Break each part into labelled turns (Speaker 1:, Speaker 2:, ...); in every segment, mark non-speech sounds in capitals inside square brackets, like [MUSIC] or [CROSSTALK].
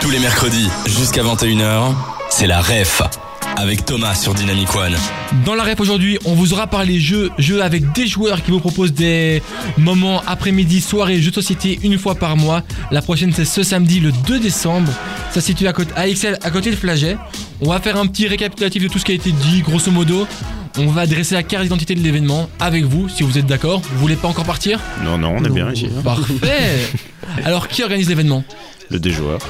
Speaker 1: Tous les mercredis, jusqu'à 21h, c'est la REF. Avec Thomas sur Dynamic One.
Speaker 2: Dans la rep aujourd'hui, on vous aura parlé jeux, jeux avec des joueurs qui vous proposent des moments après-midi, soirée, jeux de société une fois par mois. La prochaine c'est ce samedi le 2 décembre. Ça se situe à, côté, à Excel, à côté de Flaget. On va faire un petit récapitulatif de tout ce qui a été dit, grosso modo. On va dresser la carte d'identité de l'événement avec vous, si vous êtes d'accord. Vous voulez pas encore partir
Speaker 3: Non, non, on est bien ici. hein.
Speaker 4: [LAUGHS]
Speaker 2: Parfait Alors qui organise l'événement
Speaker 3: Le déjoueur.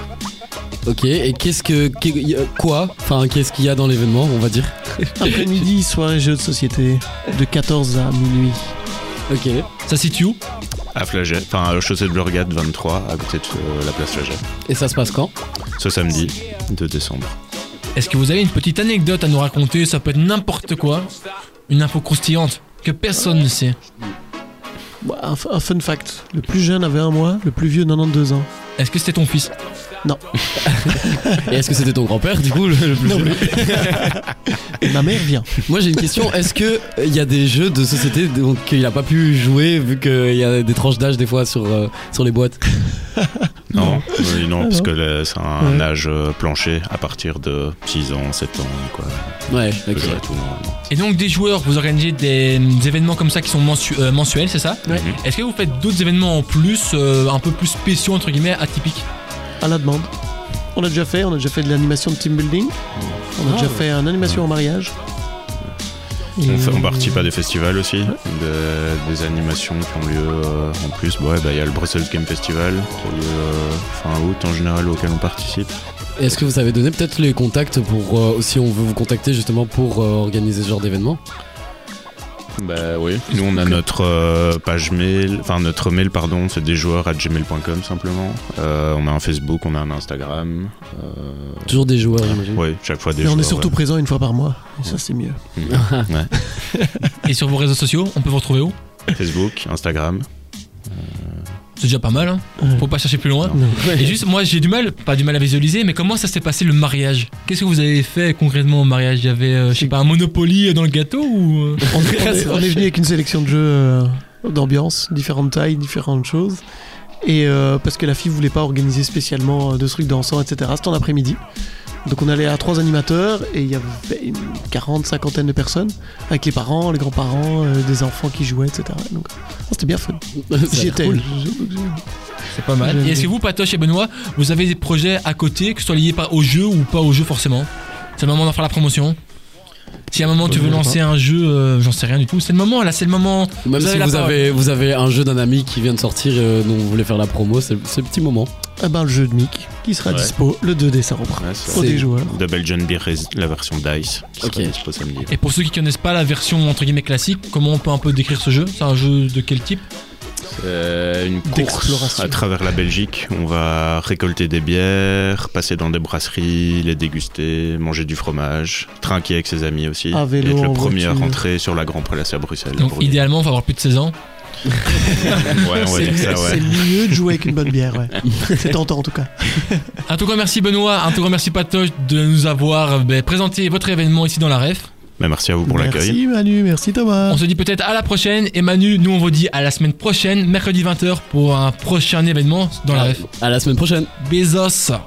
Speaker 4: Ok, et qu'est-ce que. qu'est- Quoi Enfin, qu'est-ce qu'il y a dans l'événement, on va dire
Speaker 5: Après-midi, soirée jeux de société, de 14 à minuit.
Speaker 4: Ok.
Speaker 2: Ça se situe où
Speaker 3: À Flaget, enfin au chaussée de Blorgade 23, à côté de euh, la place Flaget.
Speaker 4: Et ça se passe quand
Speaker 3: Ce samedi 2 décembre.
Speaker 2: Est-ce que vous avez une petite anecdote à nous raconter Ça peut être n'importe quoi. Une info croustillante que personne ne sait.
Speaker 5: Bah, un, f- un fun fact le plus jeune avait un mois, le plus vieux 92 ans.
Speaker 2: Est-ce que c'était ton fils
Speaker 4: [LAUGHS] Et est-ce que c'était ton grand-père, du coup, le, le plus jeune
Speaker 5: Et ma mère vient.
Speaker 4: Moi, j'ai une question. Est-ce que euh, il y a des jeux de société dont- qu'il a pas pu jouer, vu qu'il y a des tranches d'âge, des fois, sur, euh, sur les boîtes
Speaker 3: Non, oui, non,
Speaker 5: Ah,
Speaker 3: parce
Speaker 5: non.
Speaker 3: que là, c'est un
Speaker 5: Ouais.
Speaker 3: âge euh, plancher à partir de 6 ans, 7 ans, quoi.
Speaker 4: Ouais,
Speaker 3: Tu
Speaker 4: ok.
Speaker 3: peux jouer à tout normalement.
Speaker 2: Et donc des joueurs, vous organisez des, mm, des événements comme ça qui sont mensu- euh, mensuels, c'est ça
Speaker 5: Ouais.
Speaker 3: Mhm.
Speaker 2: Est-ce que vous faites d'autres événements en plus, euh, un peu plus spéciaux, entre guillemets, atypiques
Speaker 5: À la demande. On a déjà fait, on a déjà fait de l'animation de team building. On a
Speaker 4: Ah,
Speaker 5: déjà
Speaker 4: ouais.
Speaker 5: fait un animation en mariage.
Speaker 3: On,
Speaker 5: Et-
Speaker 3: fait- on participe à des festivals aussi, de- des animations qui ont lieu euh, en plus. Bon, ouais, bah, il y a le Brussels Game Festival qui a lieu euh, fin août en général auquel on participe.
Speaker 4: Et Est-ce que vous avez donné peut-être les contacts pour. euh, si on veut vous contacter justement pour euh, organiser ce genre d'événement
Speaker 3: Bah oui. Nous on a notre euh, page mail, enfin notre mail pardon, c'est des joueurs à gmail.com simplement. Euh, on a un Facebook, on a un Instagram. Euh,
Speaker 4: Toujours des joueurs, j'imagine. [LAUGHS]
Speaker 3: oui, chaque fois des
Speaker 5: Et
Speaker 3: joueurs. Mhm.
Speaker 5: on est surtout
Speaker 3: ouais.
Speaker 5: présent une fois par mois. Et ça, c'est mieux. [LAUGHS]
Speaker 2: Et sur vos réseaux sociaux, on peut vous retrouver où
Speaker 3: Facebook, Instagram.
Speaker 2: C'est déjà pas mal, hein
Speaker 5: Ouais.
Speaker 2: Faut pas chercher plus loin.
Speaker 5: Non.
Speaker 2: Et juste, moi j'ai du mal, pas du mal à visualiser, mais comment ça s'est passé le mariage Qu'est-ce que vous avez fait concrètement au mariage Il y avait, euh, je sais pas, un Monopoly dans le gâteau ou... euh
Speaker 5: On, on est, on est venu avec une sélection de jeux euh, d'ambiance, différentes tailles, différentes choses. Et euh, parce que la fille voulait pas organiser spécialement euh, de trucs dansants, etc. C'était en après-midi. Donc on allait à trois animateurs et il y avait une quarante, cinquantaine de personnes avec les parents, les grands-parents, euh, des enfants qui jouaient, etc. Donc non, c'était bien fun. J'y étais.
Speaker 2: C'est pas mal.
Speaker 5: J'aime
Speaker 2: Et est-ce que vous, Patoche et Benoît, vous avez des projets à côté, que ce soit liés pas au jeu ou pas au jeu forcément C'est le moment d'en faire la promotion si à un moment tu veux lancer un jeu, euh, j'en sais rien du tout, c'est le moment, là c'est le moment.
Speaker 4: Même
Speaker 2: Vous avez
Speaker 4: si
Speaker 2: la
Speaker 4: vous
Speaker 2: parole.
Speaker 4: avez, vous avez un jeu d'un ami qui vient de sortir euh, dont vous voulez faire la promo, c'est c'est le petit moment.
Speaker 5: Ah ben le jeu de Mick qui sera
Speaker 3: Ouais.
Speaker 5: dispo le 2 décembre
Speaker 3: Ouais, c'est
Speaker 5: pour
Speaker 4: C'est-
Speaker 5: des joueurs.
Speaker 3: The Belgian Beer Race, la version Dice. Qui
Speaker 4: Ok.
Speaker 3: sera dispo samedi.
Speaker 2: Et pour ceux qui connaissent pas la version entre guillemets classique, comment on peut un peu décrire ce jeu C'est un jeu de quel type
Speaker 3: Euh, une course
Speaker 5: D'exploration.
Speaker 3: à travers la Belgique. On va récolter des bières, passer dans des brasseries, les déguster, manger du fromage, trinquer avec ses amis aussi.
Speaker 5: À Ah, vélo,
Speaker 3: et être
Speaker 5: en
Speaker 3: le premier à
Speaker 5: voiture.
Speaker 3: rentrer sur la Grand Place à Bruxelles.
Speaker 2: Donc
Speaker 3: Pour-
Speaker 2: idéalement, faut avoir plus de 16 ans.
Speaker 3: Ouais, on va dire ça,
Speaker 5: [LAUGHS] C'est
Speaker 3: Ah ouais.
Speaker 5: mieux de jouer avec une bonne
Speaker 3: [LAUGHS]
Speaker 5: bière. ouais. c'est tentant en tout cas.
Speaker 2: Un tout grand merci Benoît, un tout grand merci Patoche de nous avoir euh, ben, présenté votre événement ici dans la ref.
Speaker 3: Mais merci à vous pour l'accueil.
Speaker 5: merci Manu, merci Thomas.
Speaker 2: On se dit peut-être à la prochaine et Manu, nous on vous dit à la semaine
Speaker 4: Ah. Euh,
Speaker 2: prochaine, mercredi 20h pour un prochain événement dans la ref.
Speaker 4: À la semaine prochaine.
Speaker 2: Bezos.